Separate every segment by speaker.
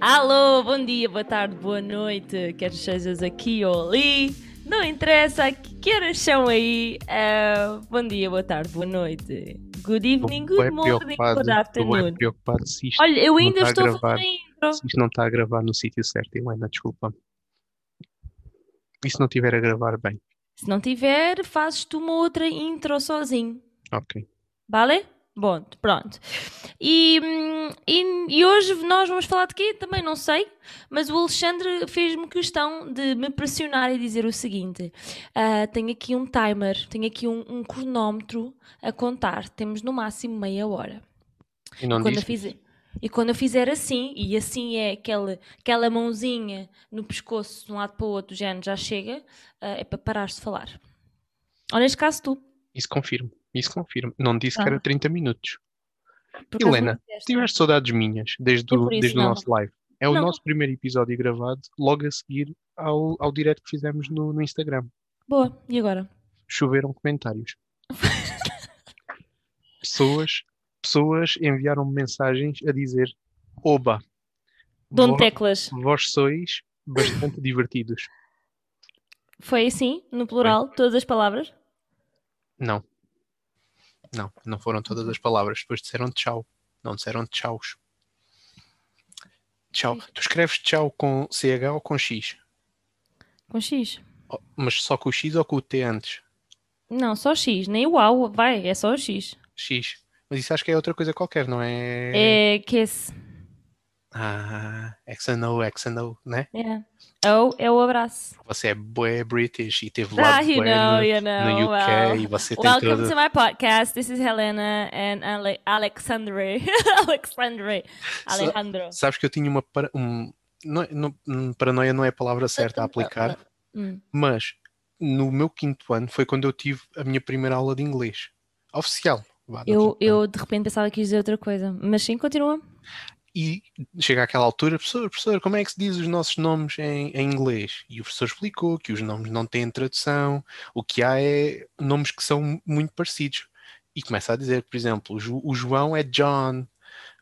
Speaker 1: Alô, bom dia, boa tarde, boa noite, quer sejas aqui ou ali, não interessa, que horas são aí, Ah, bom dia, boa tarde, boa noite, good evening,
Speaker 2: é
Speaker 1: good morning, good
Speaker 2: estou bem
Speaker 1: afternoon.
Speaker 2: preocupado se isto,
Speaker 1: Olha, eu ainda
Speaker 2: tá a
Speaker 1: estou a
Speaker 2: gravar.
Speaker 1: fazer a intro.
Speaker 2: se isto não está a gravar no sítio certo, Helena, desculpa. E se não estiver a gravar bem?
Speaker 1: Se não tiver, fazes tu uma outra intro sozinho.
Speaker 2: Ok.
Speaker 1: Vale? Bom, pronto. E, hum, e- e hoje nós vamos falar de quê? Também não sei, mas o Alexandre fez-me questão de me pressionar e dizer o seguinte: ah, tenho aqui um timer, tenho aqui um, um cronómetro a contar, temos no máximo meia hora.
Speaker 2: E
Speaker 1: E
Speaker 2: não
Speaker 1: quando, eu
Speaker 2: disse?
Speaker 1: fizer, e quando eu fizer assim, e assim é aquela, aquela mãozinha no pescoço de um lado para o outro, já, já chega, ah, é para parares de falar. Ou neste caso, tu.
Speaker 2: Isso confirmo. Isso confirmo. Não disse que
Speaker 1: Tá.
Speaker 2: era 30 minutos.
Speaker 1: por acaso não
Speaker 2: Helena,
Speaker 1: disseste.
Speaker 2: Tiveste saudades minhas desde,
Speaker 1: É
Speaker 2: o-
Speaker 1: por isso,
Speaker 2: desde o
Speaker 1: não.
Speaker 2: nosso live. É o
Speaker 1: Não.
Speaker 2: nosso primeiro episódio gravado, logo a seguir ao, ao direto que fizemos no, no Instagram.
Speaker 1: Boa, e agora?
Speaker 2: Choveram comentários. pessoas, pessoas enviaram mensagens a dizer: Oba,
Speaker 1: Dom
Speaker 2: vo-
Speaker 1: Teclas.
Speaker 2: vós sois bastante divertidos.
Speaker 1: Foi assim, no plural, todas as palavras?
Speaker 2: Não. Não, não foram todas as palavras. Depois disseram tchau. Não disseram tchauz. Tchau. Tu escreves tchau com CH ou com X?
Speaker 1: Com X?
Speaker 2: Oh, Mas só com o X ou com o T antes?
Speaker 1: Não, só X, nem uau, vai, é só o X.
Speaker 2: X. Mas isso acho que é outra coisa qualquer, não é?
Speaker 1: É que esse.
Speaker 2: Ah, XNO, XNO, né?
Speaker 1: É. Ou é o abraço.
Speaker 2: Você é bué British e teve lá
Speaker 1: Ah, you
Speaker 2: bué
Speaker 1: know,
Speaker 2: no,
Speaker 1: you
Speaker 2: no
Speaker 1: know.
Speaker 2: UK
Speaker 1: Well.
Speaker 2: e você tá tem
Speaker 1: Welcome
Speaker 2: toda...
Speaker 1: to my podcast. This is Helena and Ale Alexandre. Alexandre. Alejandro.
Speaker 2: Sabes que eu tinha uma... para- um- não é- não- um, paranoia não é a palavra certa a aplicar,
Speaker 1: Hum.
Speaker 2: mas no meu quinto ano foi quando eu tive a minha primeira aula de inglês oficial. vá, no
Speaker 1: Eu,
Speaker 2: quinto ano.
Speaker 1: eu de repente pensava que ia dizer outra coisa, mas sim, continua.
Speaker 2: E chega àquela altura, professor, professor, como é que se diz os nossos nomes em, em inglês? E o professor explicou que os nomes não têm tradução, o que há é nomes que são muito parecidos. E começa a dizer, por exemplo, o Jo- o João é John,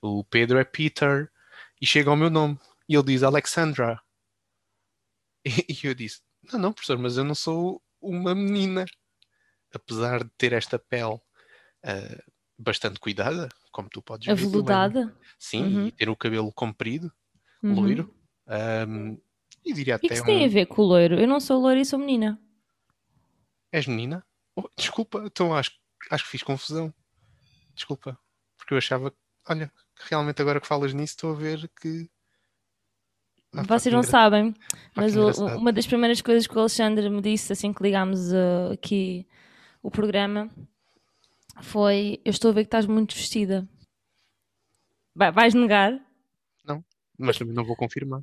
Speaker 2: o Pedro é Peter, e chega ao meu nome, e ele diz Alexandra. E eu disse: Não, não, professor, mas eu não sou uma menina. Apesar de ter esta pele ah, bastante cuidada, como tu podes ver. Helena.
Speaker 1: Aveludada.
Speaker 2: Sim,
Speaker 1: Uhum.
Speaker 2: e ter o cabelo comprido,
Speaker 1: Uhum.
Speaker 2: loiro. ahm, e diria
Speaker 1: O que é
Speaker 2: até
Speaker 1: que isso
Speaker 2: um.
Speaker 1: tem a ver com o loiro? Eu não sou loira e sou menina.
Speaker 2: És menina? Oh, desculpa, então acho, acho que fiz confusão. Desculpa, porque eu achava. que- Olha, realmente agora que falas nisso, estou a ver que. Ah, pá, que
Speaker 1: Vocês não
Speaker 2: engra-
Speaker 1: sabem,
Speaker 2: pá,
Speaker 1: mas
Speaker 2: que
Speaker 1: o-
Speaker 2: engraçado.
Speaker 1: uma das primeiras coisas que o Alexandre me disse assim que ligámos uh, aqui o programa foi: Eu estou a ver que estás muito vestida. Vai- vais negar?
Speaker 2: Mas também não vou confirmar.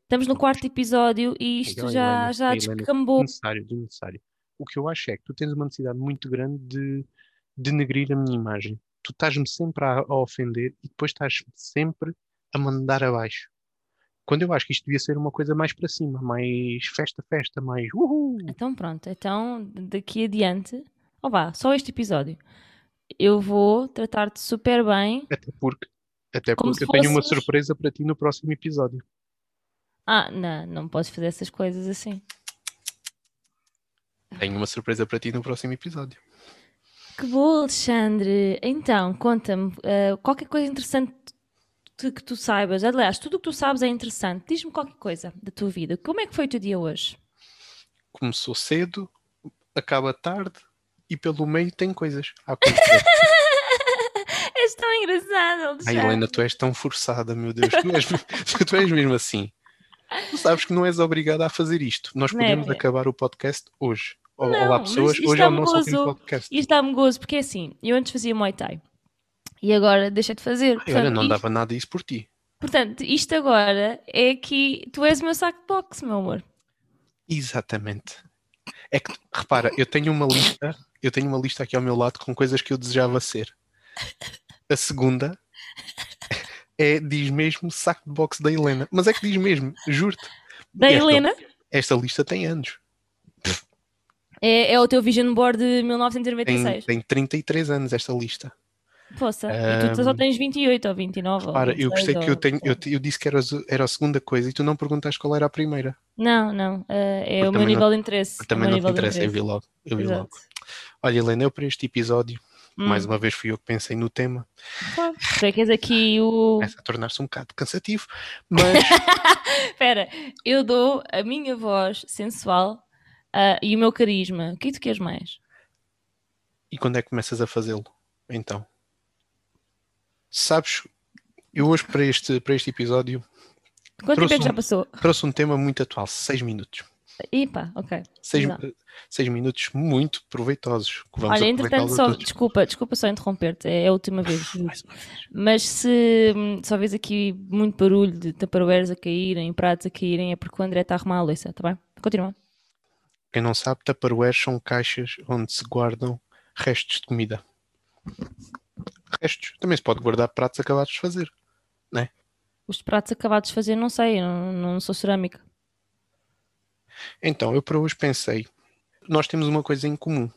Speaker 1: Estamos no quarto episódio e isto
Speaker 2: Legal,
Speaker 1: já,
Speaker 2: Então, Helena,
Speaker 1: já
Speaker 2: Helena,
Speaker 1: descambou.
Speaker 2: Desnecessário, desnecessário. O que eu acho é que tu tens uma necessidade muito grande de denegrir a minha imagem. Tu estás-me sempre a, a ofender e depois estás sempre a mandar abaixo. Quando eu acho que isto devia ser uma coisa mais para cima, mais festa, festa, mais uhul.
Speaker 1: Então pronto, então daqui adiante, ó vá, só este episódio. Eu vou tratar-te super bem.
Speaker 2: Até porque, até
Speaker 1: Como se
Speaker 2: porque eu tenho uma
Speaker 1: fôssemos-
Speaker 2: surpresa para ti no próximo episódio.
Speaker 1: Ah, não, não podes fazer essas coisas assim.
Speaker 2: Tenho uma surpresa para ti no próximo episódio.
Speaker 1: Que bom, Alexandre. Então, conta-me, eh, qualquer coisa interessante que, que tu saibas. Aliás, tudo o que tu sabes é interessante. Diz-me qualquer coisa da tua vida. Como é que foi o teu dia hoje?
Speaker 2: Começou cedo, acaba tarde e pelo meio tem coisas a acontecer.
Speaker 1: És É tão engraçado,
Speaker 2: Ai,
Speaker 1: Alexandre.
Speaker 2: Helena, tu és tão forçada, meu Deus. Tu és, tu és mesmo assim. Tu sabes que não és obrigada a fazer isto. Nós
Speaker 1: Não é
Speaker 2: podemos
Speaker 1: mesmo.
Speaker 2: acabar o podcast hoje. O-
Speaker 1: Não,
Speaker 2: Olá,
Speaker 1: mas
Speaker 2: pessoas.
Speaker 1: isto
Speaker 2: Hoje é o
Speaker 1: é um
Speaker 2: nosso último
Speaker 1: gozo.
Speaker 2: podcast.
Speaker 1: Isto dá-me gozo, porque é assim, eu antes fazia Muay Thai e agora deixei de fazer.
Speaker 2: Ai, olha,
Speaker 1: Portanto,
Speaker 2: não
Speaker 1: isto,
Speaker 2: dava nada isso por ti.
Speaker 1: portanto, isto agora é que tu és o meu saco de boxe, meu amor.
Speaker 2: Exatamente. É que, repara, eu tenho uma lista, eu tenho uma lista aqui ao meu lado com coisas que eu desejava ser. A segunda é, diz mesmo, saco de boxe da Helena. Mas é que diz mesmo, juro-te.
Speaker 1: Da
Speaker 2: Esta-
Speaker 1: Helena,
Speaker 2: Esta lista tem anos.
Speaker 1: é, é o teu vision board de
Speaker 2: Tem,
Speaker 1: 1996.
Speaker 2: tem 33 anos esta lista.
Speaker 1: Poça, e tu só tens 28 ou 29.
Speaker 2: Para,
Speaker 1: ou
Speaker 2: eu gostei
Speaker 1: 26
Speaker 2: que eu
Speaker 1: ou-
Speaker 2: tenho, eu, te- eu disse que era, zo- era a segunda coisa e tu não perguntaste qual era a primeira.
Speaker 1: Não, não. eh, é
Speaker 2: Porque
Speaker 1: o meu
Speaker 2: também não-
Speaker 1: nível de interesse. é o
Speaker 2: Também
Speaker 1: meu
Speaker 2: não te
Speaker 1: nível de
Speaker 2: interessa, é eu vi
Speaker 1: interesse.
Speaker 2: logo. Eu vi
Speaker 1: Exato.
Speaker 2: logo. Olha, Helena, eu para este episódio,
Speaker 1: Hum,
Speaker 2: mais uma vez fui eu que pensei no tema.
Speaker 1: claro. Tu é que és aqui o.
Speaker 2: Começa a tornar-se um bocado cansativo, mas
Speaker 1: Espera, eu dou a minha voz sensual ah, e o meu carisma. O que é que tu queres mais?
Speaker 2: e quando é que começas a fazê-lo? Então, sabes, eu hoje para este, para este episódio
Speaker 1: Quanto tempo
Speaker 2: Trouxe
Speaker 1: é que já
Speaker 2: um-
Speaker 1: passou?
Speaker 2: trouxe um tema muito atual, 6 minutos.
Speaker 1: Epá, ok.
Speaker 2: 6,
Speaker 1: Exato.
Speaker 2: minutos muito proveitosos que vamos
Speaker 1: Olha, entretanto,
Speaker 2: aproveitá-los a
Speaker 1: só,
Speaker 2: todos.
Speaker 1: desculpa, desculpa só interromper-te, é a última vez. juro.
Speaker 2: Mais uma vez.
Speaker 1: Mas se hum, só vês aqui muito barulho de taparoeiras a caírem, pratos a caírem, é porque o André está a arrumar a louça, tá bem? Continua.
Speaker 2: Quem não sabe, Tupperware são caixas onde se guardam restos de comida. Restos. Também se pode guardar pratos acabados de fazer.
Speaker 1: Os pratos acabados de fazer, não sei, eu não, não sou cerâmica.
Speaker 2: Então, eu para hoje pensei, nós temos uma coisa em comum.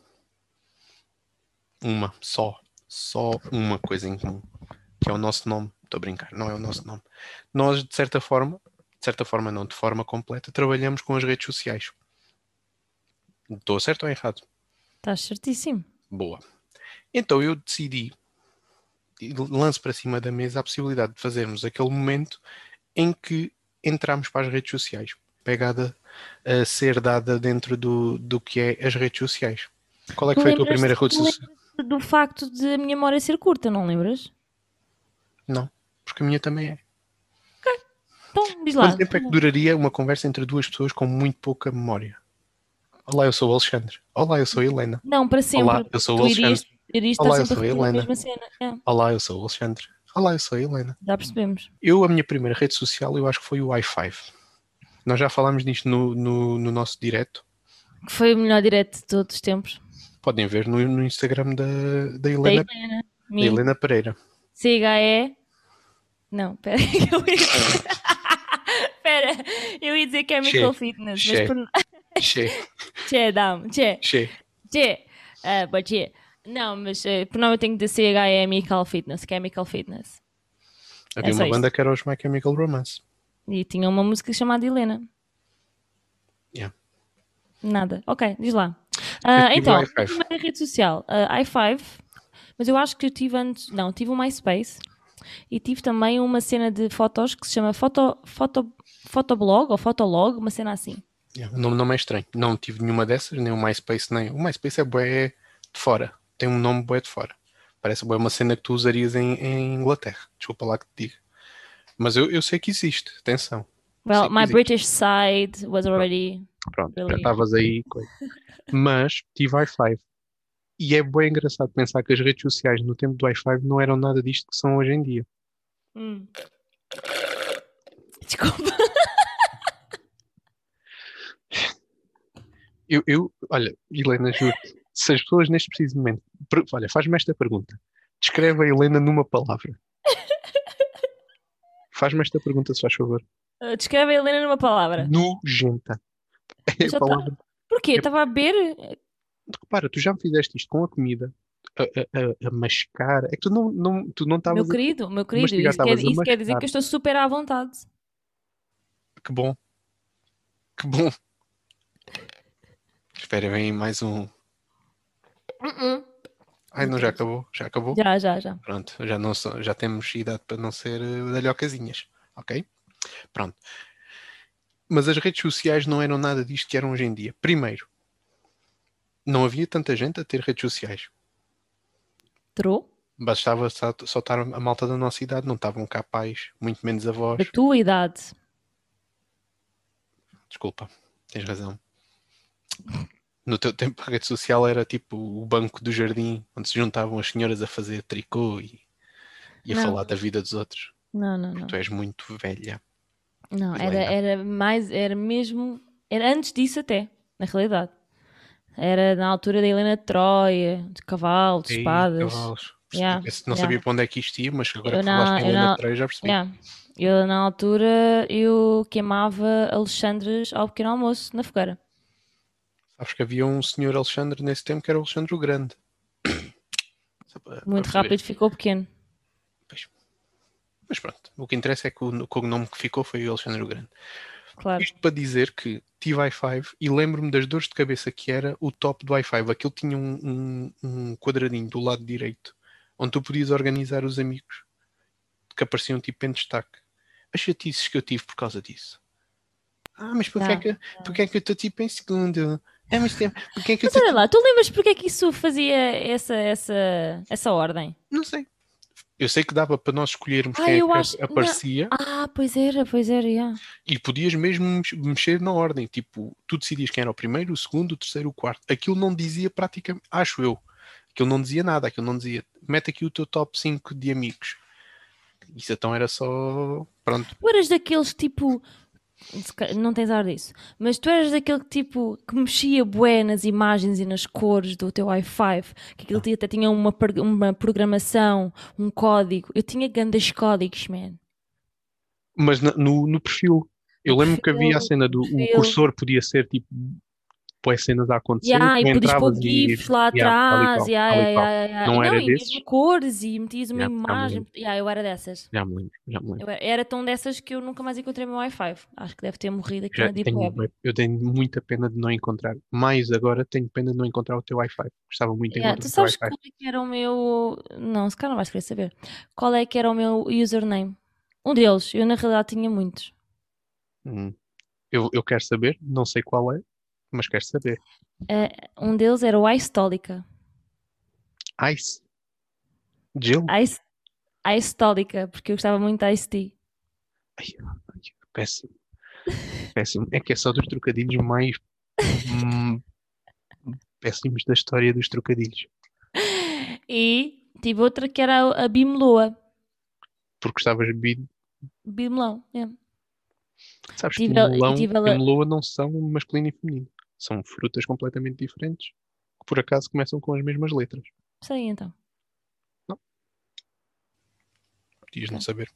Speaker 2: Uma, só. Só uma coisa em comum. Que é o nosso nome. Estou a brincar, não é o nosso nome. Nós, de certa forma, de certa forma não, de forma completa, trabalhamos com as redes sociais. Estou certo ou errado?
Speaker 1: Estás certíssimo.
Speaker 2: Boa. Então eu decidi, e lanço para cima da mesa a possibilidade de fazermos aquele momento em que entramos para as redes sociais. Pegada a ser dada dentro do, do que é as redes sociais. Qual é que
Speaker 1: Tu
Speaker 2: foi a tua
Speaker 1: lembras-te-
Speaker 2: primeira
Speaker 1: tu
Speaker 2: rede social?
Speaker 1: lembras-te Do facto de a minha memória ser curta, não lembras?
Speaker 2: Não, porque a minha também é.
Speaker 1: Então, diz lá.
Speaker 2: Quanto tempo é que duraria uma conversa entre duas pessoas com muito pouca memória? Olá, eu sou o Alexandre. Olá, eu sou a Helena.
Speaker 1: Não, para sempre.
Speaker 2: Olá, eu sou o
Speaker 1: tu irias,
Speaker 2: Alexandre.
Speaker 1: irias estar
Speaker 2: Olá, eu
Speaker 1: sempre a
Speaker 2: sou a
Speaker 1: repetir a
Speaker 2: Helena.
Speaker 1: mesma cena. É,
Speaker 2: Olá, eu sou o Alexandre. Olá, eu sou a Helena.
Speaker 1: já percebemos.
Speaker 2: Eu, a minha primeira rede social, eu acho que foi o i5. Nós já falámos nisto no, no, no nosso direto.
Speaker 1: Que foi o melhor direto de todos os tempos.
Speaker 2: Podem ver no, no Instagram da, da,
Speaker 1: Da
Speaker 2: Helena,
Speaker 1: Helena.
Speaker 2: da
Speaker 1: Mim.
Speaker 2: Helena Pereira.
Speaker 1: Siga é. Não, pera, eu ia. Pera, eu ia dizer Chemical Fitness, mas
Speaker 2: Che.
Speaker 1: por.
Speaker 2: Che,
Speaker 1: Che, dá-me, che,
Speaker 2: che.
Speaker 1: che. Ah, but che. Não, mas eh, por nome eu tenho que dizer CHE é Chemical Fitness, Chemical Fitness.
Speaker 2: Havia
Speaker 1: É só
Speaker 2: uma
Speaker 1: isto.
Speaker 2: banda que era os My Chemical Romance.
Speaker 1: E tinha uma música chamada Helena.
Speaker 2: Yeah.
Speaker 1: Nada. Ok, diz lá. Ah,
Speaker 2: Eu tive
Speaker 1: então,
Speaker 2: um o
Speaker 1: a
Speaker 2: i5.
Speaker 1: primeira rede social, ah, i5, mas eu acho que eu tive antes. Não, tive um MySpace e tive também uma cena de fotos que se chama foto, foto, Fotoblog ou Fotolog, uma cena assim.
Speaker 2: Yeah, O nome não é estranho. Não tive nenhuma dessas, nem o MySpace, nem. O MySpace é bué de fora. Tem um nome bué de fora. Parece bué uma cena que tu usarias em, em Inglaterra. Desculpa lá que te digo. Mas eu, eu sei que existe. Atenção.
Speaker 1: Well,
Speaker 2: Sim,
Speaker 1: my
Speaker 2: existe.
Speaker 1: British side was already.
Speaker 2: Pronto, já
Speaker 1: Brilliant.
Speaker 2: estavas aí. coisa. Mas tive i5. E é bem engraçado pensar que as redes sociais no tempo do i5 não eram nada disto que são hoje em dia.
Speaker 1: Hum. Desculpa.
Speaker 2: Eu, eu olha, Helena, juro, se as pessoas neste preciso momento. per- Olha, faz-me esta pergunta. Descreve a Helena numa palavra. Faz-me esta pergunta, se faz favor.
Speaker 1: Ah, Descreve a Helena numa palavra.
Speaker 2: Nojenta. É
Speaker 1: Já
Speaker 2: a
Speaker 1: tá.
Speaker 2: palavra.
Speaker 1: Porquê? Estava a beber?
Speaker 2: Repara, tu já me fizeste isto com a comida, a, a, a, a mascar. É que tu não, não, tu não estavas.
Speaker 1: Meu querido, meu querido,
Speaker 2: Mastigar,
Speaker 1: isso, quer,
Speaker 2: estavas a
Speaker 1: isso quer dizer
Speaker 2: mastigar.
Speaker 1: que eu estou super à vontade.
Speaker 2: Que bom. Que bom. Espera, vem mais um.
Speaker 1: Uhum.
Speaker 2: Ai, não, já acabou? Já acabou?
Speaker 1: Já, já, já.
Speaker 2: Pronto, já, não sou- já temos idade para não ser eh, dalhocazinhas, ok? Pronto. Mas as redes sociais não eram nada disto que eram hoje em dia. Primeiro, não havia tanta gente a ter redes sociais.
Speaker 1: Trou?
Speaker 2: Bastava só, só estar a malta da nossa idade, não estavam cá pais, muito menos avós.
Speaker 1: Da tua idade.
Speaker 2: Desculpa, tens razão. No teu tempo, a rede social era tipo o banco do jardim, onde se juntavam as senhoras a fazer tricô e, e a
Speaker 1: Não.
Speaker 2: falar da vida dos outros.
Speaker 1: Não, não, não.
Speaker 2: Tu és muito velha.
Speaker 1: Não,
Speaker 2: Mas
Speaker 1: era,
Speaker 2: lá ainda.
Speaker 1: era mais, era mesmo, era antes disso até, na realidade. Era na altura da Helena de Troia, de cavalo, de
Speaker 2: Ei,
Speaker 1: espadas.
Speaker 2: cavalos.
Speaker 1: Yeah,
Speaker 2: Percebi- Não
Speaker 1: yeah.
Speaker 2: sabia para onde é que isto ia, mas agora
Speaker 1: Eu
Speaker 2: que falaste
Speaker 1: não-
Speaker 2: em
Speaker 1: eu
Speaker 2: Helena
Speaker 1: não-
Speaker 2: Pereira já percebi.
Speaker 1: Yeah. Eu, na altura, eu queimava Alexandres ao pequeno almoço, na fogueira.
Speaker 2: Sabes que havia um senhor Alexandre nesse tempo que era o Alexandre o Grande. Só para-
Speaker 1: muito
Speaker 2: Vamos ver.
Speaker 1: rápido ficou pequeno.
Speaker 2: Mas pronto, o que interessa é que o cognome que ficou foi o Alexandre o Grande.
Speaker 1: Claro.
Speaker 2: Isto para dizer que tive i5 e lembro-me das dores de cabeça que era o top do i5. Aquilo tinha um, um- um quadradinho do lado direito onde tu podias organizar os amigos que apareciam tipo em destaque. As chatices que eu tive por causa disso. Ah, mas porquê,
Speaker 1: Tá,
Speaker 2: é, que, porquê é que eu estou tipo em segundo? Ah, mas tem- porquê é que eu
Speaker 1: Mas
Speaker 2: estou
Speaker 1: olha lá, tu lembras porque é que isso fazia essa, essa, essa ordem?
Speaker 2: Não sei. Eu sei que dava para nós escolhermos
Speaker 1: Ah,
Speaker 2: quem é
Speaker 1: eu
Speaker 2: que
Speaker 1: acho-
Speaker 2: aparecia
Speaker 1: Ah, pois era, pois era, yeah.
Speaker 2: e podias mesmo mex- mexer na ordem. Tipo, tu decidias quem era o primeiro, o segundo, o terceiro, o quarto. Aquilo não dizia praticamente, acho eu, aquilo não dizia nada, aquilo não dizia mete aqui o teu top 5 de amigos. Isso então era só. Pronto,
Speaker 1: Tu eras daqueles tipo. se ca- Não tens ar disso, mas tu eras daquele que, tipo que mexia bué nas imagens e nas cores do teu i5, que aquilo
Speaker 2: Ah.
Speaker 1: tinha- até tinha uma, par- uma programação, um código. Eu tinha grandes códigos, man.
Speaker 2: mas na- no, no perfil. Eu
Speaker 1: No
Speaker 2: lembro que havia a
Speaker 1: perfil,
Speaker 2: cena do o
Speaker 1: perfil.
Speaker 2: cursor podia ser tipo põe cenas a acontecer,
Speaker 1: Yeah,
Speaker 2: tu
Speaker 1: e podias pôr
Speaker 2: entravas e-
Speaker 1: GIFs lá
Speaker 2: yeah, tal e
Speaker 1: atrás,
Speaker 2: qual,
Speaker 1: yeah,
Speaker 2: tal e
Speaker 1: yeah,
Speaker 2: qual.
Speaker 1: yeah, yeah.
Speaker 2: Não
Speaker 1: e
Speaker 2: era
Speaker 1: não, e
Speaker 2: desses?
Speaker 1: mesmo cores e metias uma
Speaker 2: Yeah, tá já me
Speaker 1: imagem.
Speaker 2: lembro.
Speaker 1: Yeah, eu era dessas.
Speaker 2: Já me lembro, já me lembro.
Speaker 1: Eu era, era tão dessas que eu nunca mais encontrei meu i5. Acho que deve ter morrido aqui
Speaker 2: Já
Speaker 1: na Deep
Speaker 2: tenho-
Speaker 1: Web.
Speaker 2: eu tenho muita pena de não encontrar. Mais agora tenho pena de não encontrar o teu Wi-Fi. Gostava muito de
Speaker 1: Yeah,
Speaker 2: encontrar
Speaker 1: tu
Speaker 2: o teu
Speaker 1: sabes
Speaker 2: Wi-Fi.
Speaker 1: qual é que era o meu. Não, se calhar não vais querer saber. Qual é que era o meu username? Um deles, eu na realidade tinha muitos.
Speaker 2: Hum. Eu, eu quero saber, não sei qual é, mas quero saber.
Speaker 1: Um deles era o Aistólica.
Speaker 2: Ice. Gelo.
Speaker 1: Ais- Aistólica, porque eu gostava muito da Ice Tea.
Speaker 2: Ai, Péssimo. Péssimo. É que é só dos trocadilhos mais hum, péssimos da história dos trocadilhos.
Speaker 1: E tive outra que era a Bimeloa.
Speaker 2: Porque estavas bebido.
Speaker 1: Bimelão, yeah.
Speaker 2: Sabes que
Speaker 1: Tive-
Speaker 2: melão
Speaker 1: tive
Speaker 2: e
Speaker 1: ela-
Speaker 2: meloa não são masculino e feminino. São frutas completamente diferentes que por acaso começam com as mesmas letras.
Speaker 1: Sei então.
Speaker 2: Podias não saber.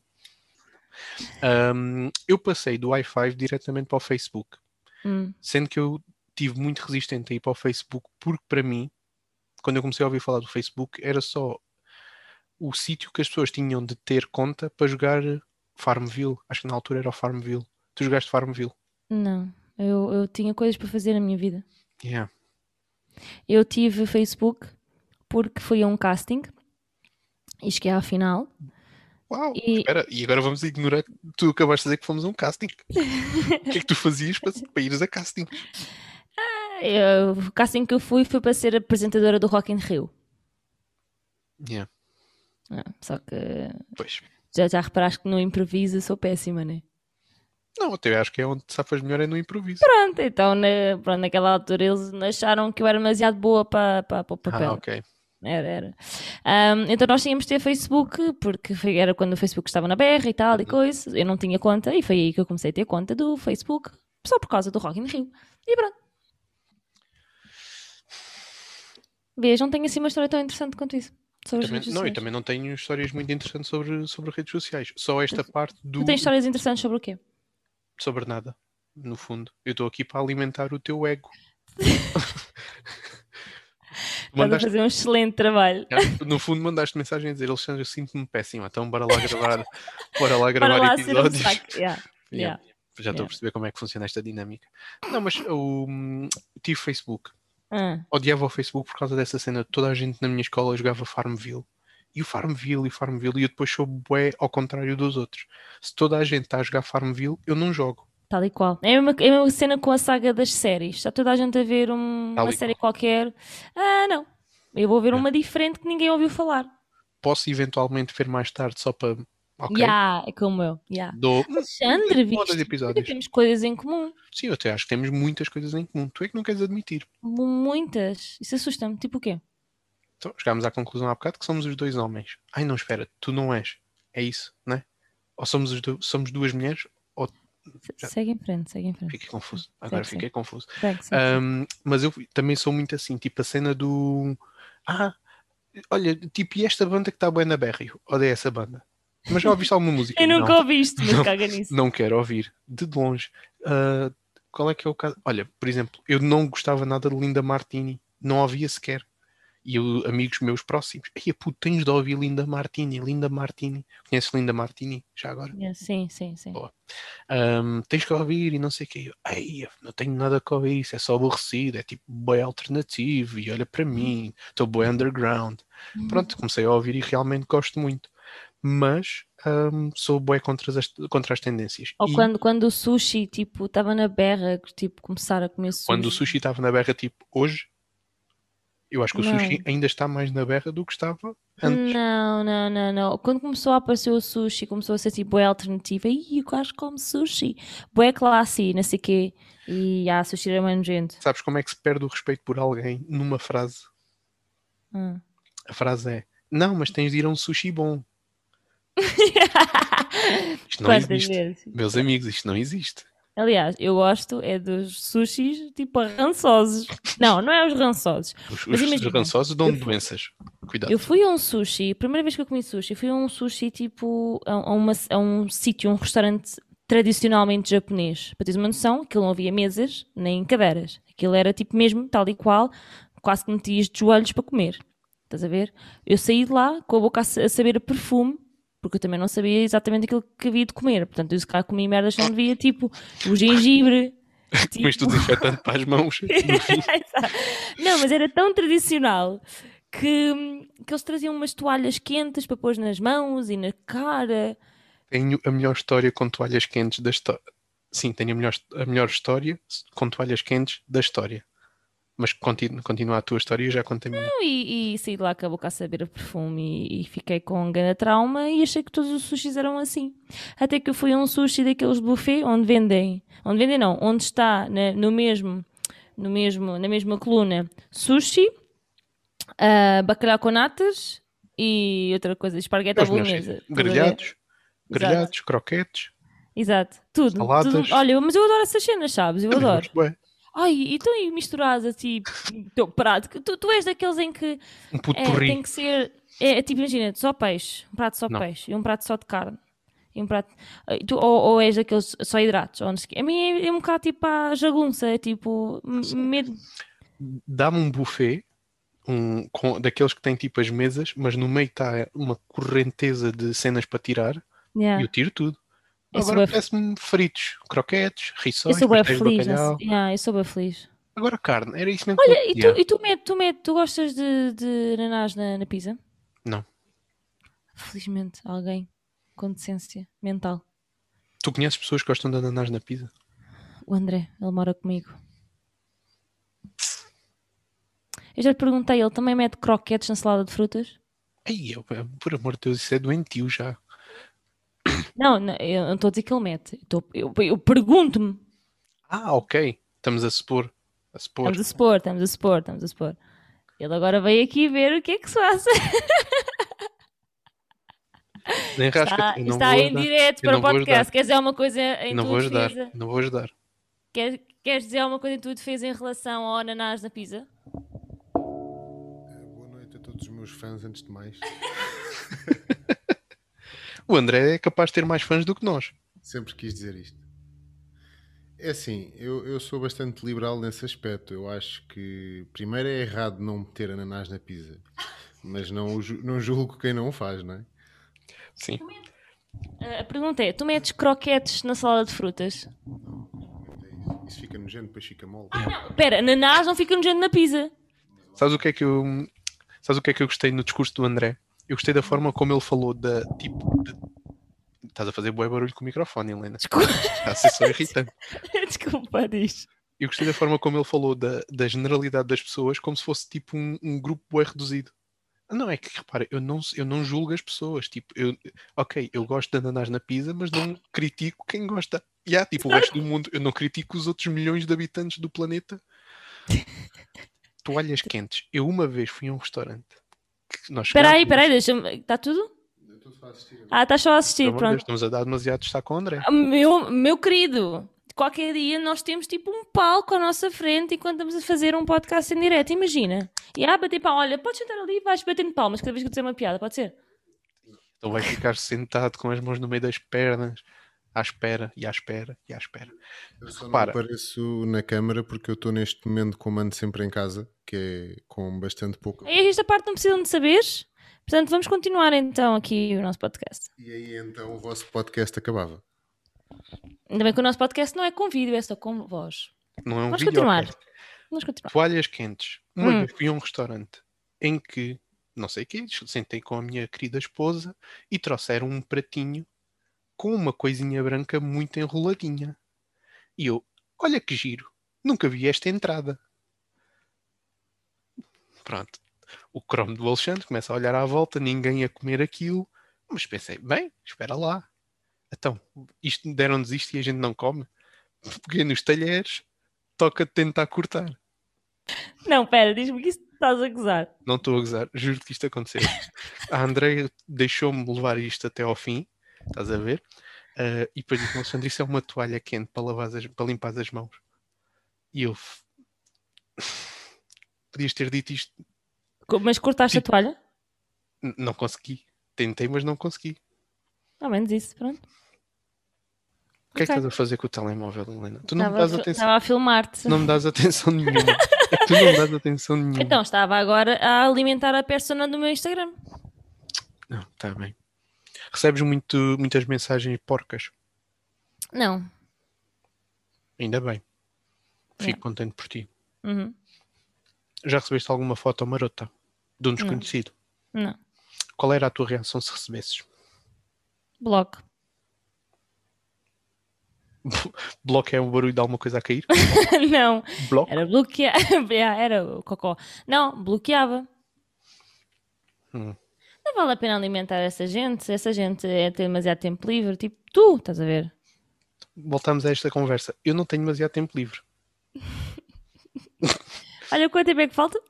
Speaker 2: Ahm, eu passei do i5 diretamente para o Facebook,
Speaker 1: Hum.
Speaker 2: sendo que eu tive muito resistente a ir para o Facebook, porque para mim, quando eu comecei a ouvir falar do Facebook, era só o sítio que as pessoas tinham de ter conta para jogar Farmville. Acho que na altura era o Farmville. Tu jogaste Farmville?
Speaker 1: Não, eu, eu tinha coisas para fazer na minha vida.
Speaker 2: Yeah.
Speaker 1: Eu tive Facebook porque fui a um casting e cheguei à final.
Speaker 2: Uau!
Speaker 1: E-
Speaker 2: Espera, e agora vamos ignorar. que Tu acabaste de dizer que fomos a um casting. O que é que tu fazias para, para ires a casting?
Speaker 1: Eu- o casting que eu fui foi para ser apresentadora do Rock in Rio.
Speaker 2: Yeah.
Speaker 1: Ah, só que
Speaker 2: Pois.
Speaker 1: já, já reparaste que no improviso eu sou péssima, né?
Speaker 2: Não, até acho que é onde te safas melhor é no improviso.
Speaker 1: Pronto, então na, pronto, naquela altura eles acharam que eu era demasiado boa para, para, para o papel.
Speaker 2: Ah, ok.
Speaker 1: Era, era. Ahm, então nós tínhamos de ter Facebook, porque foi- era quando o Facebook estava na berra e
Speaker 2: Uhum.
Speaker 1: tal e coisa. Eu não tinha conta e foi aí que eu comecei a ter conta do Facebook, só por causa do Rock in Rio. E pronto. Vês, não tenho assim uma história tão interessante quanto isso. Sobre as
Speaker 2: Também-
Speaker 1: redes
Speaker 2: não, eu
Speaker 1: sociais.
Speaker 2: também não tenho histórias muito interessantes sobre, sobre redes sociais. Só esta parte do
Speaker 1: Tu tens histórias interessantes sobre o quê?
Speaker 2: sobre nada, no fundo. Eu estou aqui para alimentar o teu ego. Tu
Speaker 1: Estás a
Speaker 2: mandaste,
Speaker 1: fazer um excelente trabalho.
Speaker 2: no fundo, mandaste mensagem a dizer, Alexandre, eu sinto-me péssimo, então bora lá gravar, bora lá
Speaker 1: Para
Speaker 2: gravar
Speaker 1: lá ser um
Speaker 2: episódios.
Speaker 1: saco. Yeah,
Speaker 2: Yeah.
Speaker 1: yeah.
Speaker 2: Já
Speaker 1: Yeah.
Speaker 2: estou a perceber como é que funciona esta dinâmica. Não, mas eu hum, tive Facebook.
Speaker 1: Ah,
Speaker 2: odiava o Facebook por causa dessa cena. Toda a gente na minha escola jogava Farmville. E o Farmville e o Farmville. E eu depois sou bué ao contrário dos outros. Se toda a gente está a jogar Farmville, eu não jogo.
Speaker 1: tal e qual. É uma, é uma cena com a saga das séries. Está toda a gente a ver um-
Speaker 2: Tal
Speaker 1: uma
Speaker 2: e
Speaker 1: série qualquer. Ah, não. Eu vou ver
Speaker 2: Yeah.
Speaker 1: uma diferente que ninguém ouviu falar.
Speaker 2: Posso eventualmente ver mais tarde só para. Ok.
Speaker 1: Yeah, é como eu. Yeah.
Speaker 2: Dou. Hum,
Speaker 1: Alexandre,
Speaker 2: um ou dois
Speaker 1: viste?
Speaker 2: episódios.
Speaker 1: Temos coisas em comum.
Speaker 2: Sim, eu até acho que temos muitas coisas em comum. Tu é que não queres admitir.
Speaker 1: Muitas. Isso assusta-me. Tipo o quê?
Speaker 2: Então, chegámos à conclusão há bocado que somos os dois homens. Ai, não, espera, tu não és. É isso, né? Ou somos, os do- somos duas mulheres? Já.
Speaker 1: Segue em frente, segue em frente.
Speaker 2: Fiquei confuso. Agora
Speaker 1: que sim.
Speaker 2: fiquei confuso.
Speaker 1: Segue, segue, segue.
Speaker 2: Um, mas eu também sou muito assim, tipo a cena do Ah, olha, tipo, e esta banda que está bem na berra? Eu Odeio essa banda. Mas já ouviste alguma música?
Speaker 1: Eu nunca
Speaker 2: não,
Speaker 1: ouvi isto, mas
Speaker 2: Não.
Speaker 1: caga nisso.
Speaker 2: não quero ouvir, de longe. Ah, qual é que é o caso? Olha, por exemplo, eu não gostava nada de Linda Martini, não ouvia sequer. e eu, amigos meus próximos. Ei, puto, tens de ouvir Linda Martini, Linda Martini. Conheces Linda Martini? Já agora?
Speaker 1: Sim, sim, sim.
Speaker 2: Boa. Ahm, tens que ouvir e não sei o quê. Eu, Ei, eu não tenho nada a ouvir, isso é só aborrecido, é tipo boi alternativo e olha para mim, estou boi underground. Pronto, comecei a ouvir e realmente gosto muito. Mas ahm, sou boi contra as, contra as tendências.
Speaker 1: Ou
Speaker 2: E-
Speaker 1: quando, quando o sushi, tipo, estava na berra, que, tipo, começar a comer sushi.
Speaker 2: quando o sushi estava na berra, tipo hoje, eu acho que o
Speaker 1: Não.
Speaker 2: sushi ainda está mais na berra do que estava antes.
Speaker 1: Não, não, não, não. Quando começou a aparecer o sushi, começou a ser tipo boé alternativa. Ih, eu quase como sushi. Boé classe, não sei o quê. E há sushi era manjento.
Speaker 2: Sabes como é que se perde o respeito por alguém numa frase?
Speaker 1: Hum.
Speaker 2: A frase é: Não, mas tens de ir a um sushi bom. Isto não
Speaker 1: Quantas
Speaker 2: existe.
Speaker 1: vezes?
Speaker 2: Meus amigos, isto não existe.
Speaker 1: Aliás, eu gosto é dos sushis tipo rançosos. Não, não é os rançosos.
Speaker 2: Os,
Speaker 1: Mas
Speaker 2: os
Speaker 1: imagina,
Speaker 2: rançosos dão
Speaker 1: eu-
Speaker 2: doenças. Cuidado.
Speaker 1: Eu fui a um sushi, a primeira vez que eu comi sushi, fui a um sushi tipo a, a uma- a um sítio, um restaurante tradicionalmente japonês. Para teres uma noção, aquilo não havia mesas nem cadeiras. Aquilo era tipo mesmo tal e qual, quase que metias de joelhos para comer. Estás a ver? Eu saí de lá com a boca a, sa- a saber a perfume. Porque eu também não sabia exatamente aquilo que havia de comer. Portanto, eu se calhar comi merdas que não devia, tipo o gengibre. tipo-
Speaker 2: Mas tu desinfetante para as mãos. No fim,
Speaker 1: Exato. não, mas era tão tradicional que, que eles traziam umas toalhas quentes para pôr nas mãos e na cara.
Speaker 2: tenho a melhor história com toalhas quentes da história. Sim, tenho a melhor, a melhor história com toalhas quentes da história. Mas continu- continua a tua história e eu já contei a minha.
Speaker 1: Não, E, e saí de lá com a boca a saber a perfume e, e fiquei com um grande trauma e achei que todos os sushis eram assim. Até que eu fui a um sushi daqueles buffet onde vendem, onde vendem não, onde está na- no mesmo, no mesmo, na mesma coluna sushi, ah, bacalhau com natas e outra coisa, espargueta
Speaker 2: Nós não
Speaker 1: bolonhesa.
Speaker 2: sei.
Speaker 1: Estás a ver?
Speaker 2: Grelhados,
Speaker 1: Exato.
Speaker 2: grelhados, croquetes.
Speaker 1: Exato, tudo,
Speaker 2: Saladas.
Speaker 1: tudo. Olha, mas eu adoro essas cenas, sabes? Eu
Speaker 2: Também
Speaker 1: adoro.
Speaker 2: gosto bué.
Speaker 1: Ai, então e misturares assim teu prato? que Tu, tu és daqueles em que
Speaker 2: Um puto
Speaker 1: é,
Speaker 2: porri.
Speaker 1: tem que ser. É, é tipo, imagina, só peixe, um prato só
Speaker 2: Não.
Speaker 1: peixe e um prato só de carne. E um prato, eh, tu, ou, ou és daqueles só hidratos, ou não sei o quê. A mim é, é um bocado tipo a jagunça, é tipo. m- medo.
Speaker 2: Dá-me um buffet um, com, daqueles que têm tipo as mesas, mas no meio está uma correnteza de cenas para tirar e
Speaker 1: Yeah.
Speaker 2: eu tiro tudo.
Speaker 1: É. Eu sou
Speaker 2: Agora
Speaker 1: bué-
Speaker 2: parece-me fritos, croquetes,
Speaker 1: Eu
Speaker 2: rissóis,
Speaker 1: sou bem
Speaker 2: pastéis de
Speaker 1: feliz.
Speaker 2: bacalhau.
Speaker 1: assim. Yeah, eu sou bem feliz.
Speaker 2: Agora carne, era isso mesmo
Speaker 1: Olha,
Speaker 2: que eu
Speaker 1: e tu,
Speaker 2: queria.
Speaker 1: e tu, Med, tu, Med, tu gostas de, de ananás na, na pizza?
Speaker 2: Não.
Speaker 1: Felizmente, alguém com decência mental.
Speaker 2: Tu conheces pessoas que gostam de ananás na pizza?
Speaker 1: O André, ele mora comigo. Eu já lhe perguntei, ele também mete croquetes na salada de frutas?
Speaker 2: Ai, eu, por amor de Deus, isso é doentio já.
Speaker 1: Não, não, eu não estou a dizer que ele mete. Eu, tô- eu- eu pergunto-me.
Speaker 2: Ah, ok. Estamos a supor. A supor.
Speaker 1: Estamos a supor, estamos a supor, estamos a supor. Ele agora veio aqui ver o que é que se faz.
Speaker 2: Nem rasca,
Speaker 1: Está,
Speaker 2: eu não
Speaker 1: está
Speaker 2: vou
Speaker 1: em
Speaker 2: ajudar.
Speaker 1: direto
Speaker 2: Eu
Speaker 1: para
Speaker 2: não
Speaker 1: o
Speaker 2: vou
Speaker 1: podcast.
Speaker 2: ajudar.
Speaker 1: Queres dizer alguma coisa em
Speaker 2: Não
Speaker 1: tua
Speaker 2: vou ajudar.
Speaker 1: defesa?
Speaker 2: Não vou ajudar.
Speaker 1: Queres, queres dizer alguma coisa em tua defesa em relação ao ananás na pizza?
Speaker 3: Boa noite a todos os meus fãs, antes de mais.
Speaker 2: O André é capaz de ter mais fãs do que nós.
Speaker 3: Sempre quis dizer isto. É assim, eu, eu sou bastante liberal nesse aspecto. Eu acho que, primeiro, é errado não meter ananás na pizza. Mas não, o ju- não julgo quem não o faz, não é?
Speaker 2: Sim.
Speaker 1: Ah, A pergunta é: tu metes croquetes na salada de frutas?
Speaker 3: Isso fica nojento, depois fica mole.
Speaker 1: Espera, ananás não fica nojento na pizza.
Speaker 2: Sabes o que é que eu sabes o que é que eu gostei no discurso do André? Eu gostei da forma como ele falou da tipo de- estás a fazer bué barulho com o microfone, Helena.
Speaker 1: Desculpa,
Speaker 2: Está a ser só irritante.
Speaker 1: Desculpa diz.
Speaker 2: Eu gostei da forma como ele falou da, da generalidade das pessoas como se fosse tipo um, um grupo bué reduzido. Não é que repara, eu não eu não julgo as pessoas, tipo, eu OK, eu gosto de ananás na pizza, mas não critico quem gosta. E há, tipo o resto do mundo, eu não critico os outros milhões de habitantes do planeta. Toalhas quentes. Eu uma vez fui a um restaurante que nós
Speaker 1: Espera aí,
Speaker 2: chegámos-
Speaker 1: espera aí, deixa-me. Está tudo?
Speaker 3: Eu estou só a assistir.
Speaker 1: Ah, estás só a assistir,
Speaker 2: Pelo amor de Deus,
Speaker 1: pronto.
Speaker 2: Estamos a dar demasiado destaque ao André.
Speaker 1: Ah, Meu, meu querido, qualquer dia nós temos tipo um palco à nossa frente enquanto estamos a fazer um podcast em direto, imagina. E há bater palmas, olha, podes sentar ali e vais batendo palmas cada vez que eu dizer uma piada, pode ser?
Speaker 2: Então vai ficar sentado com as mãos no meio das pernas. à espera e à espera e à espera.
Speaker 3: Eu só
Speaker 2: Repara.
Speaker 3: não apareço na câmara porque eu estou neste momento com o mando sempre em casa, que é com bastante pouco.
Speaker 1: É Esta parte não precisam de saber. Portanto, vamos continuar então aqui o nosso podcast.
Speaker 3: E aí então o vosso podcast acabava.
Speaker 1: Ainda bem que o nosso podcast não é com vídeo, é só com voz.
Speaker 2: Não é um
Speaker 1: Vamos
Speaker 2: vídeo.
Speaker 1: continuar.
Speaker 2: ok?
Speaker 1: Vamos continuar.
Speaker 2: Toalhas quentes. Uma
Speaker 1: Hum.
Speaker 2: vez fui a um restaurante em que, não sei o quê, sentei com a minha querida esposa e trouxeram um pratinho com uma coisinha branca muito enroladinha. E eu, olha que giro, nunca vi esta entrada. Pronto. O cromo do Alexandre começa a olhar à volta, ninguém a comer aquilo, mas pensei, bem, espera lá. Então, isto deram-nos isto e a gente não come? Peguei nos talheres, toca tentar cortar.
Speaker 1: Não, pera, diz-me que isso estás a gozar.
Speaker 2: Não estou a gozar, juro que isto aconteceu. A Andreia deixou-me levar isto até ao fim, estás a ver? Ah, e depois disse: Alexandre, isso é uma toalha quente para, lavar as, para limpar as mãos. E eu. f- Podias ter dito isto.
Speaker 1: Co- Mas cortaste
Speaker 2: Tipo,
Speaker 1: a toalha?
Speaker 2: N- Não consegui. Tentei, mas não consegui.
Speaker 1: Ao menos isso, pronto.
Speaker 2: O que é que
Speaker 1: Ok.
Speaker 2: estás a fazer com o telemóvel, Helena? Tu não me
Speaker 1: Estava a
Speaker 2: dás
Speaker 1: fil-
Speaker 2: atenção.
Speaker 1: Estava a filmar-te.
Speaker 2: Não me dás atenção nenhuma. É que tu não me dás atenção nenhuma.
Speaker 1: Então, estava agora a alimentar a persona do meu Instagram.
Speaker 2: Não, está bem. Recebes muito, muitas mensagens porcas.
Speaker 1: Não.
Speaker 2: Ainda bem. Fico
Speaker 1: Yeah.
Speaker 2: contente por ti.
Speaker 1: Uhum.
Speaker 2: Já recebeste alguma foto marota de um desconhecido?
Speaker 1: Não.
Speaker 2: Qual era a tua reação se recebesses?
Speaker 1: Bloco.
Speaker 2: Bloco é um barulho de alguma coisa a cair?
Speaker 1: não.
Speaker 2: Bloco?
Speaker 1: Era bloquear. era o cocó. Não, bloqueava.
Speaker 2: Hum.
Speaker 1: Não vale a pena alimentar essa gente. Essa gente é ter demasiado tempo livre. Tipo, tu, estás a ver?
Speaker 2: Voltamos a esta conversa. Eu não tenho demasiado tempo livre.
Speaker 1: Olha quanto tempo é que falta.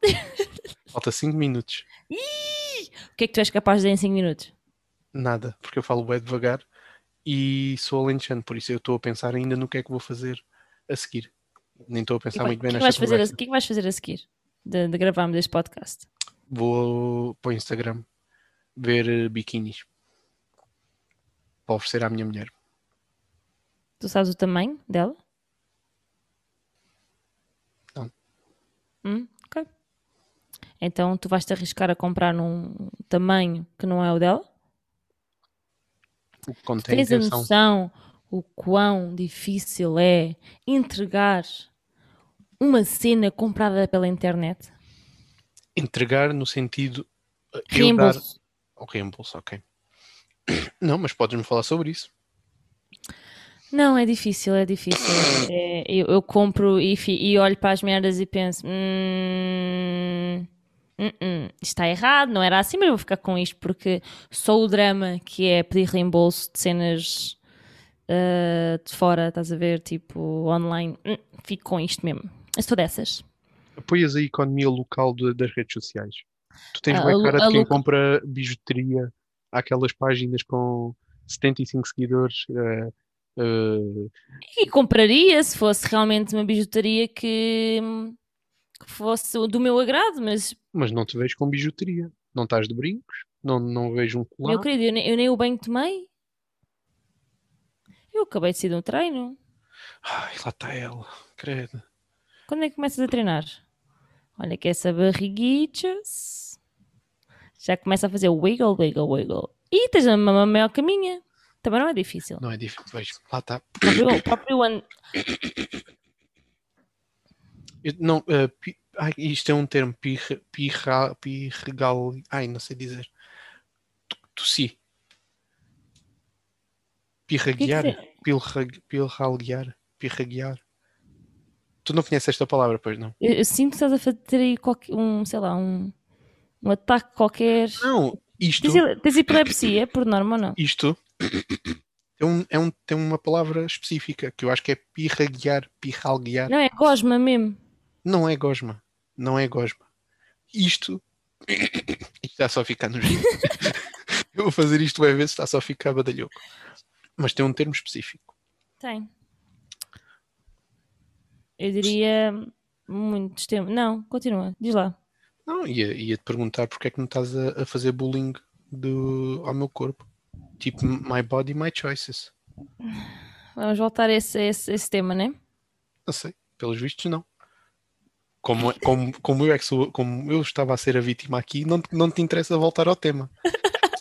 Speaker 2: Falta 5 minutos.
Speaker 1: o que é que tu és capaz de dizer em 5 minutos?
Speaker 2: Nada, porque eu falo bem devagar e sou alentejano, por isso eu estou a pensar ainda no que é que vou fazer a seguir. Nem estou a
Speaker 1: E
Speaker 2: pensar
Speaker 1: vai- O
Speaker 2: muito
Speaker 1: que, é
Speaker 2: bem
Speaker 1: que vais
Speaker 2: nesta
Speaker 1: fazer a-
Speaker 2: conversa.
Speaker 1: o que é que vais fazer a seguir de, de gravarmos este podcast?
Speaker 2: Vou para o Instagram ver eh, biquinis para oferecer à minha mulher.
Speaker 1: Tu sabes o tamanho dela?
Speaker 2: Não.
Speaker 1: Hum, ok. Então tu vais te arriscar a comprar num tamanho que não é o dela?
Speaker 2: O que contém
Speaker 1: Tens a
Speaker 2: intenção.
Speaker 1: noção o quão difícil é entregar uma cena comprada pela internet?
Speaker 2: Entregar no sentido. eh, eu dar-
Speaker 1: Reembolso.
Speaker 2: O reembolso, ok. é Não, mas podes-me falar sobre isso.
Speaker 1: Não, é difícil, é difícil. É, eu, eu compro e, fi- e olho para as merdas e penso: hum, hum, hum, isto está errado, não era assim, mas eu vou ficar com isto porque só o drama que é pedir reembolso de cenas ah, de fora, estás a ver, tipo online, hum, fico com isto mesmo. Eu sou dessas.
Speaker 2: Apoias a economia local de- das redes sociais. Tu tens
Speaker 1: Ah,
Speaker 2: bem
Speaker 1: a lo-
Speaker 2: cara de
Speaker 1: a
Speaker 2: quem
Speaker 1: loca-
Speaker 2: compra bijuteria àquelas páginas com 75 seguidores. eh, eh,
Speaker 1: E compraria se fosse realmente uma bijuteria que, hum, que fosse do meu agrado, mas
Speaker 2: mas não te vejo com bijuteria. Não estás de brincos. Não, não vejo um colar.
Speaker 1: Meu querido, eu nem, eu nem o banho tomei. Eu acabei de sair de um treino.
Speaker 2: Ai, lá está ela. Credo.
Speaker 1: Quando é que começas a treinar? Olha que essa barriguita já começa a fazer wiggle, wiggle, wiggle. E tens a mama maior que a minha. Também não é difícil.
Speaker 2: Não é difícil. Vejo. Lá está.
Speaker 1: O próprio, o próprio ano.
Speaker 2: Eu- Não, eh, pi- ai, isto é um termo, pirra, pirra, pirregal, ai, não sei dizer. Tu- Tossi. Pirraguear,
Speaker 1: O que é
Speaker 2: pilra- pilralguear, pirraguear. Tu não conheces esta palavra, pois não?
Speaker 1: Eu, eu sinto que estás a fa- ter aí qualquer, um, sei lá, um, um ataque qualquer.
Speaker 2: Não, isto,
Speaker 1: Tens, ele- tens epilepsia, por norma ou não?
Speaker 2: isto é um, é um, tem uma palavra específica que eu acho que é pirraguear, pirralguear.
Speaker 1: Não, é gosma mesmo.
Speaker 2: Não é gosma. Não é gosma. Isto. Isto está só a ficar no jeito. Eu vou fazer isto vai ver se está só a ficar badalhoco. Mas tem um termo específico.
Speaker 1: Tem. Eu diria muitos tempos. Não, continua, diz lá.
Speaker 2: Não, ia, ia te perguntar porque é que não estás a, a fazer bullying do, ao meu corpo. Tipo, my body, my choices.
Speaker 1: Vamos voltar a esse, a esse, a esse tema, né?
Speaker 2: Não sei, pelos vistos não. Como, como, como, eu, é que sou- como eu estava a ser a vítima aqui, não, não te interessa voltar ao tema.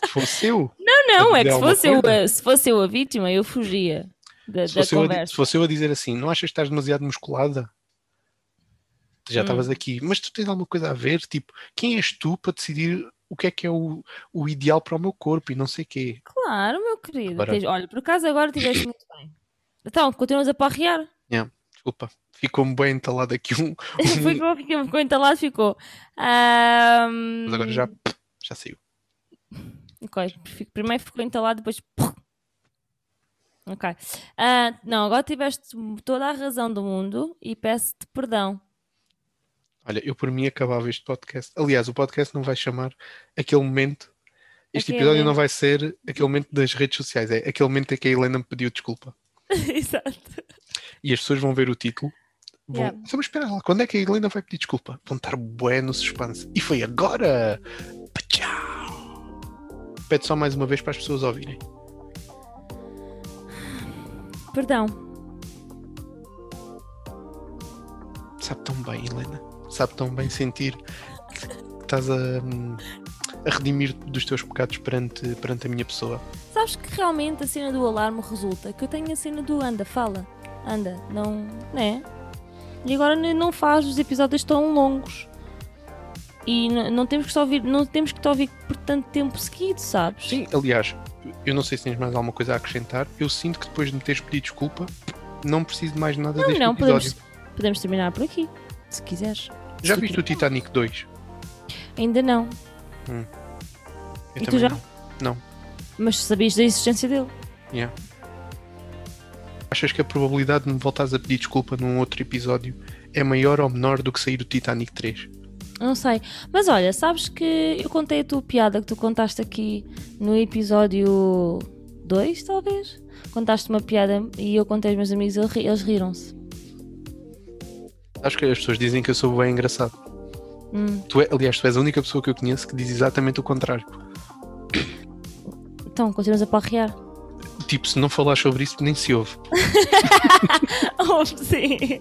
Speaker 2: Se fosse eu,
Speaker 1: Não, é que
Speaker 2: Dizer
Speaker 1: se
Speaker 2: alguma
Speaker 1: fosse, eu,
Speaker 2: coisa?
Speaker 1: a- se fosse eu a vítima, eu fugia da,
Speaker 2: se
Speaker 1: da
Speaker 2: fosse eu, a, di- se
Speaker 1: conversa.
Speaker 2: fosse eu a dizer assim, não achas que estás demasiado musculada? Tu Já
Speaker 1: Hum.
Speaker 2: estavas aqui, mas tu tens alguma coisa a ver? Tipo, quem és tu para decidir o que é que é o, o ideal para o meu corpo e não sei quê?
Speaker 1: Claro, meu querido.
Speaker 2: Agora-
Speaker 1: Tens- olha, por acaso agora estiveste muito bem. Então, continuas a parrear.
Speaker 2: Desculpa, ficou-me bem entalado aqui um.
Speaker 1: Foi
Speaker 2: um-
Speaker 1: como ficou, ficou entalado, ficou. Ahm,
Speaker 2: mas agora já, já saiu.
Speaker 1: ok, é fico- Primeiro ficou entalado, depois. Ok. Ah, não, agora tiveste toda a razão do mundo e peço-te perdão.
Speaker 2: Olha, eu por mim acabava este podcast. Aliás, o podcast não vai chamar aquele momento. Este
Speaker 1: Aquele
Speaker 2: episódio não
Speaker 1: momento.
Speaker 2: vai ser aquele momento das redes sociais, é aquele momento em que a Helena me pediu desculpa.
Speaker 1: Exato.
Speaker 2: E as pessoas vão ver o título. Vão...
Speaker 1: Yeah.
Speaker 2: Então, mas espera lá, quando é que a Helena vai pedir desculpa? Vão estar bué no suspense. E foi agora! Tchau! Pede só mais uma vez para as pessoas ouvirem.
Speaker 1: Perdão.
Speaker 2: Sabe tão bem, Helena. Sabe tão bem sentir que estás a, hum, a redimir dos teus pecados perante, perante a minha pessoa.
Speaker 1: Sabes que realmente a cena do alarme resulta que eu tenho a cena do anda, fala, anda, não, né? E agora n- não faz os episódios tão longos. E n- não temos que só ouvir, não temos que te ouvir por tanto tempo seguido, sabes?
Speaker 2: Sim, aliás, eu não sei se tens mais alguma coisa a acrescentar. Eu sinto que depois de me teres pedido desculpa, não preciso de mais nada
Speaker 1: não,
Speaker 2: deste
Speaker 1: não, podemos,
Speaker 2: episódio.
Speaker 1: podemos terminar por aqui, se quiseres.
Speaker 2: Já
Speaker 1: Se
Speaker 2: viste o Titanic 2?
Speaker 1: Ainda não,
Speaker 2: Eu
Speaker 1: E tu
Speaker 2: também
Speaker 1: já?
Speaker 2: não.
Speaker 1: mas sabias da existência dele.
Speaker 2: Yeah. Achas que a probabilidade de me voltares a pedir desculpa num outro episódio é maior ou menor do que sair o Titanic 3?
Speaker 1: Não sei. Mas olha, sabes que eu contei a tua piada que tu contaste aqui no episódio 2, talvez? Contaste uma piada e eu contei aos meus amigos e eles riram-se.
Speaker 2: Acho que as pessoas dizem que eu sou bem engraçado.
Speaker 1: Hum,
Speaker 2: Tu é, aliás, tu és a única pessoa que eu conheço que diz exatamente o contrário.
Speaker 1: então, continuas a parrear.
Speaker 2: Tipo, se não falar sobre isso, nem se ouve.
Speaker 1: Oh, sim.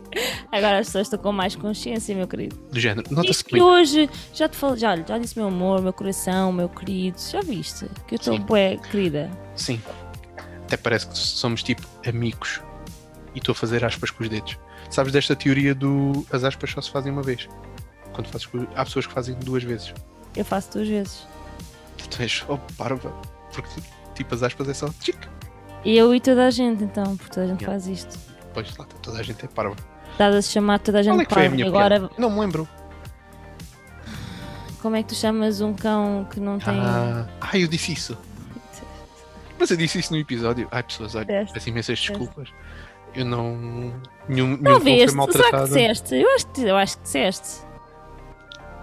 Speaker 1: Agora as pessoas estão com mais consciência, meu querido.
Speaker 2: Do género.
Speaker 1: Diz
Speaker 2: Nota-se
Speaker 1: que
Speaker 2: que
Speaker 1: hoje já te falei, já, já disse meu amor, meu coração, meu querido. Já viste? Que eu estou
Speaker 2: Sim.
Speaker 1: bué, querida.
Speaker 2: Sim. Até parece que somos tipo amigos. E estou a fazer aspas com os dedos. Sabes desta teoria do as aspas só se fazem uma vez? Quando fazes com- há pessoas que fazem duas vezes.
Speaker 1: Eu faço duas vezes.
Speaker 2: Tu és oh, parva. Porque tipo as aspas é só tchic.
Speaker 1: Eu e toda a gente, então, porque toda a gente
Speaker 2: Yeah.
Speaker 1: faz isto.
Speaker 2: Pois lá, toda a gente é parva.
Speaker 1: Estás a chamar toda a gente
Speaker 2: Qual é que foi a
Speaker 1: parva.
Speaker 2: minha
Speaker 1: Agora
Speaker 2: piada? Não me lembro.
Speaker 1: Como é que tu chamas um cão que não tem.
Speaker 2: Ah, ah, eu disse isso. Mas eu disse isso no episódio. Ai, pessoas, olha,
Speaker 1: Deste,
Speaker 2: peço imensas
Speaker 1: deste.
Speaker 2: desculpas. Eu não. Nenhum, nenhum
Speaker 1: não
Speaker 2: cão foi
Speaker 1: viste? Será que
Speaker 2: maltratado.
Speaker 1: disseste? Eu acho que, eu acho que disseste.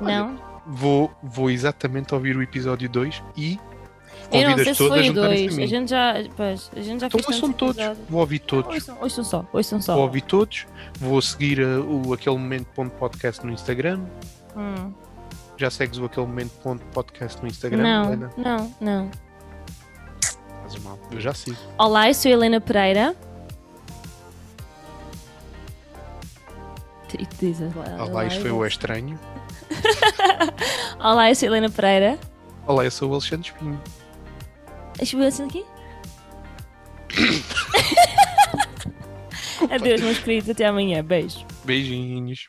Speaker 2: Olha,
Speaker 1: não?
Speaker 2: Vou, vou exatamente ouvir o episódio 2 e.
Speaker 1: Eu não
Speaker 2: convido
Speaker 1: sei
Speaker 2: as
Speaker 1: se
Speaker 2: pessoas a
Speaker 1: foi o
Speaker 2: juntarem-se a
Speaker 1: dois.
Speaker 2: mim.
Speaker 1: A gente já. Pois, a gente já
Speaker 2: Então
Speaker 1: fez
Speaker 2: ouçam
Speaker 1: tantos
Speaker 2: todos,
Speaker 1: episódios.
Speaker 2: vou ouvir todos,
Speaker 1: Ouçam, ouçam só, ouçam só.
Speaker 2: vou ouvir todos, vou seguir uh, o aquele momento.podcast no Instagram.
Speaker 1: Hum.
Speaker 2: Já segues o aquele momento.podcast no Instagram,
Speaker 1: Não,
Speaker 2: Helena?
Speaker 1: não, não.
Speaker 2: Fazes mal, eu já sigo.
Speaker 1: Olá, eu sou a Helena Pereira. E tu dizes lá.
Speaker 2: Olá, isto Ah, foi o Estranho.
Speaker 1: Olá, eu sou a Helena Pereira.
Speaker 2: Olá, eu sou o Alexandre Espinho.
Speaker 1: Deixa eu ver assim aqui. Adeus, meus queridos. Até amanhã. Beijo.
Speaker 2: Beijinhos.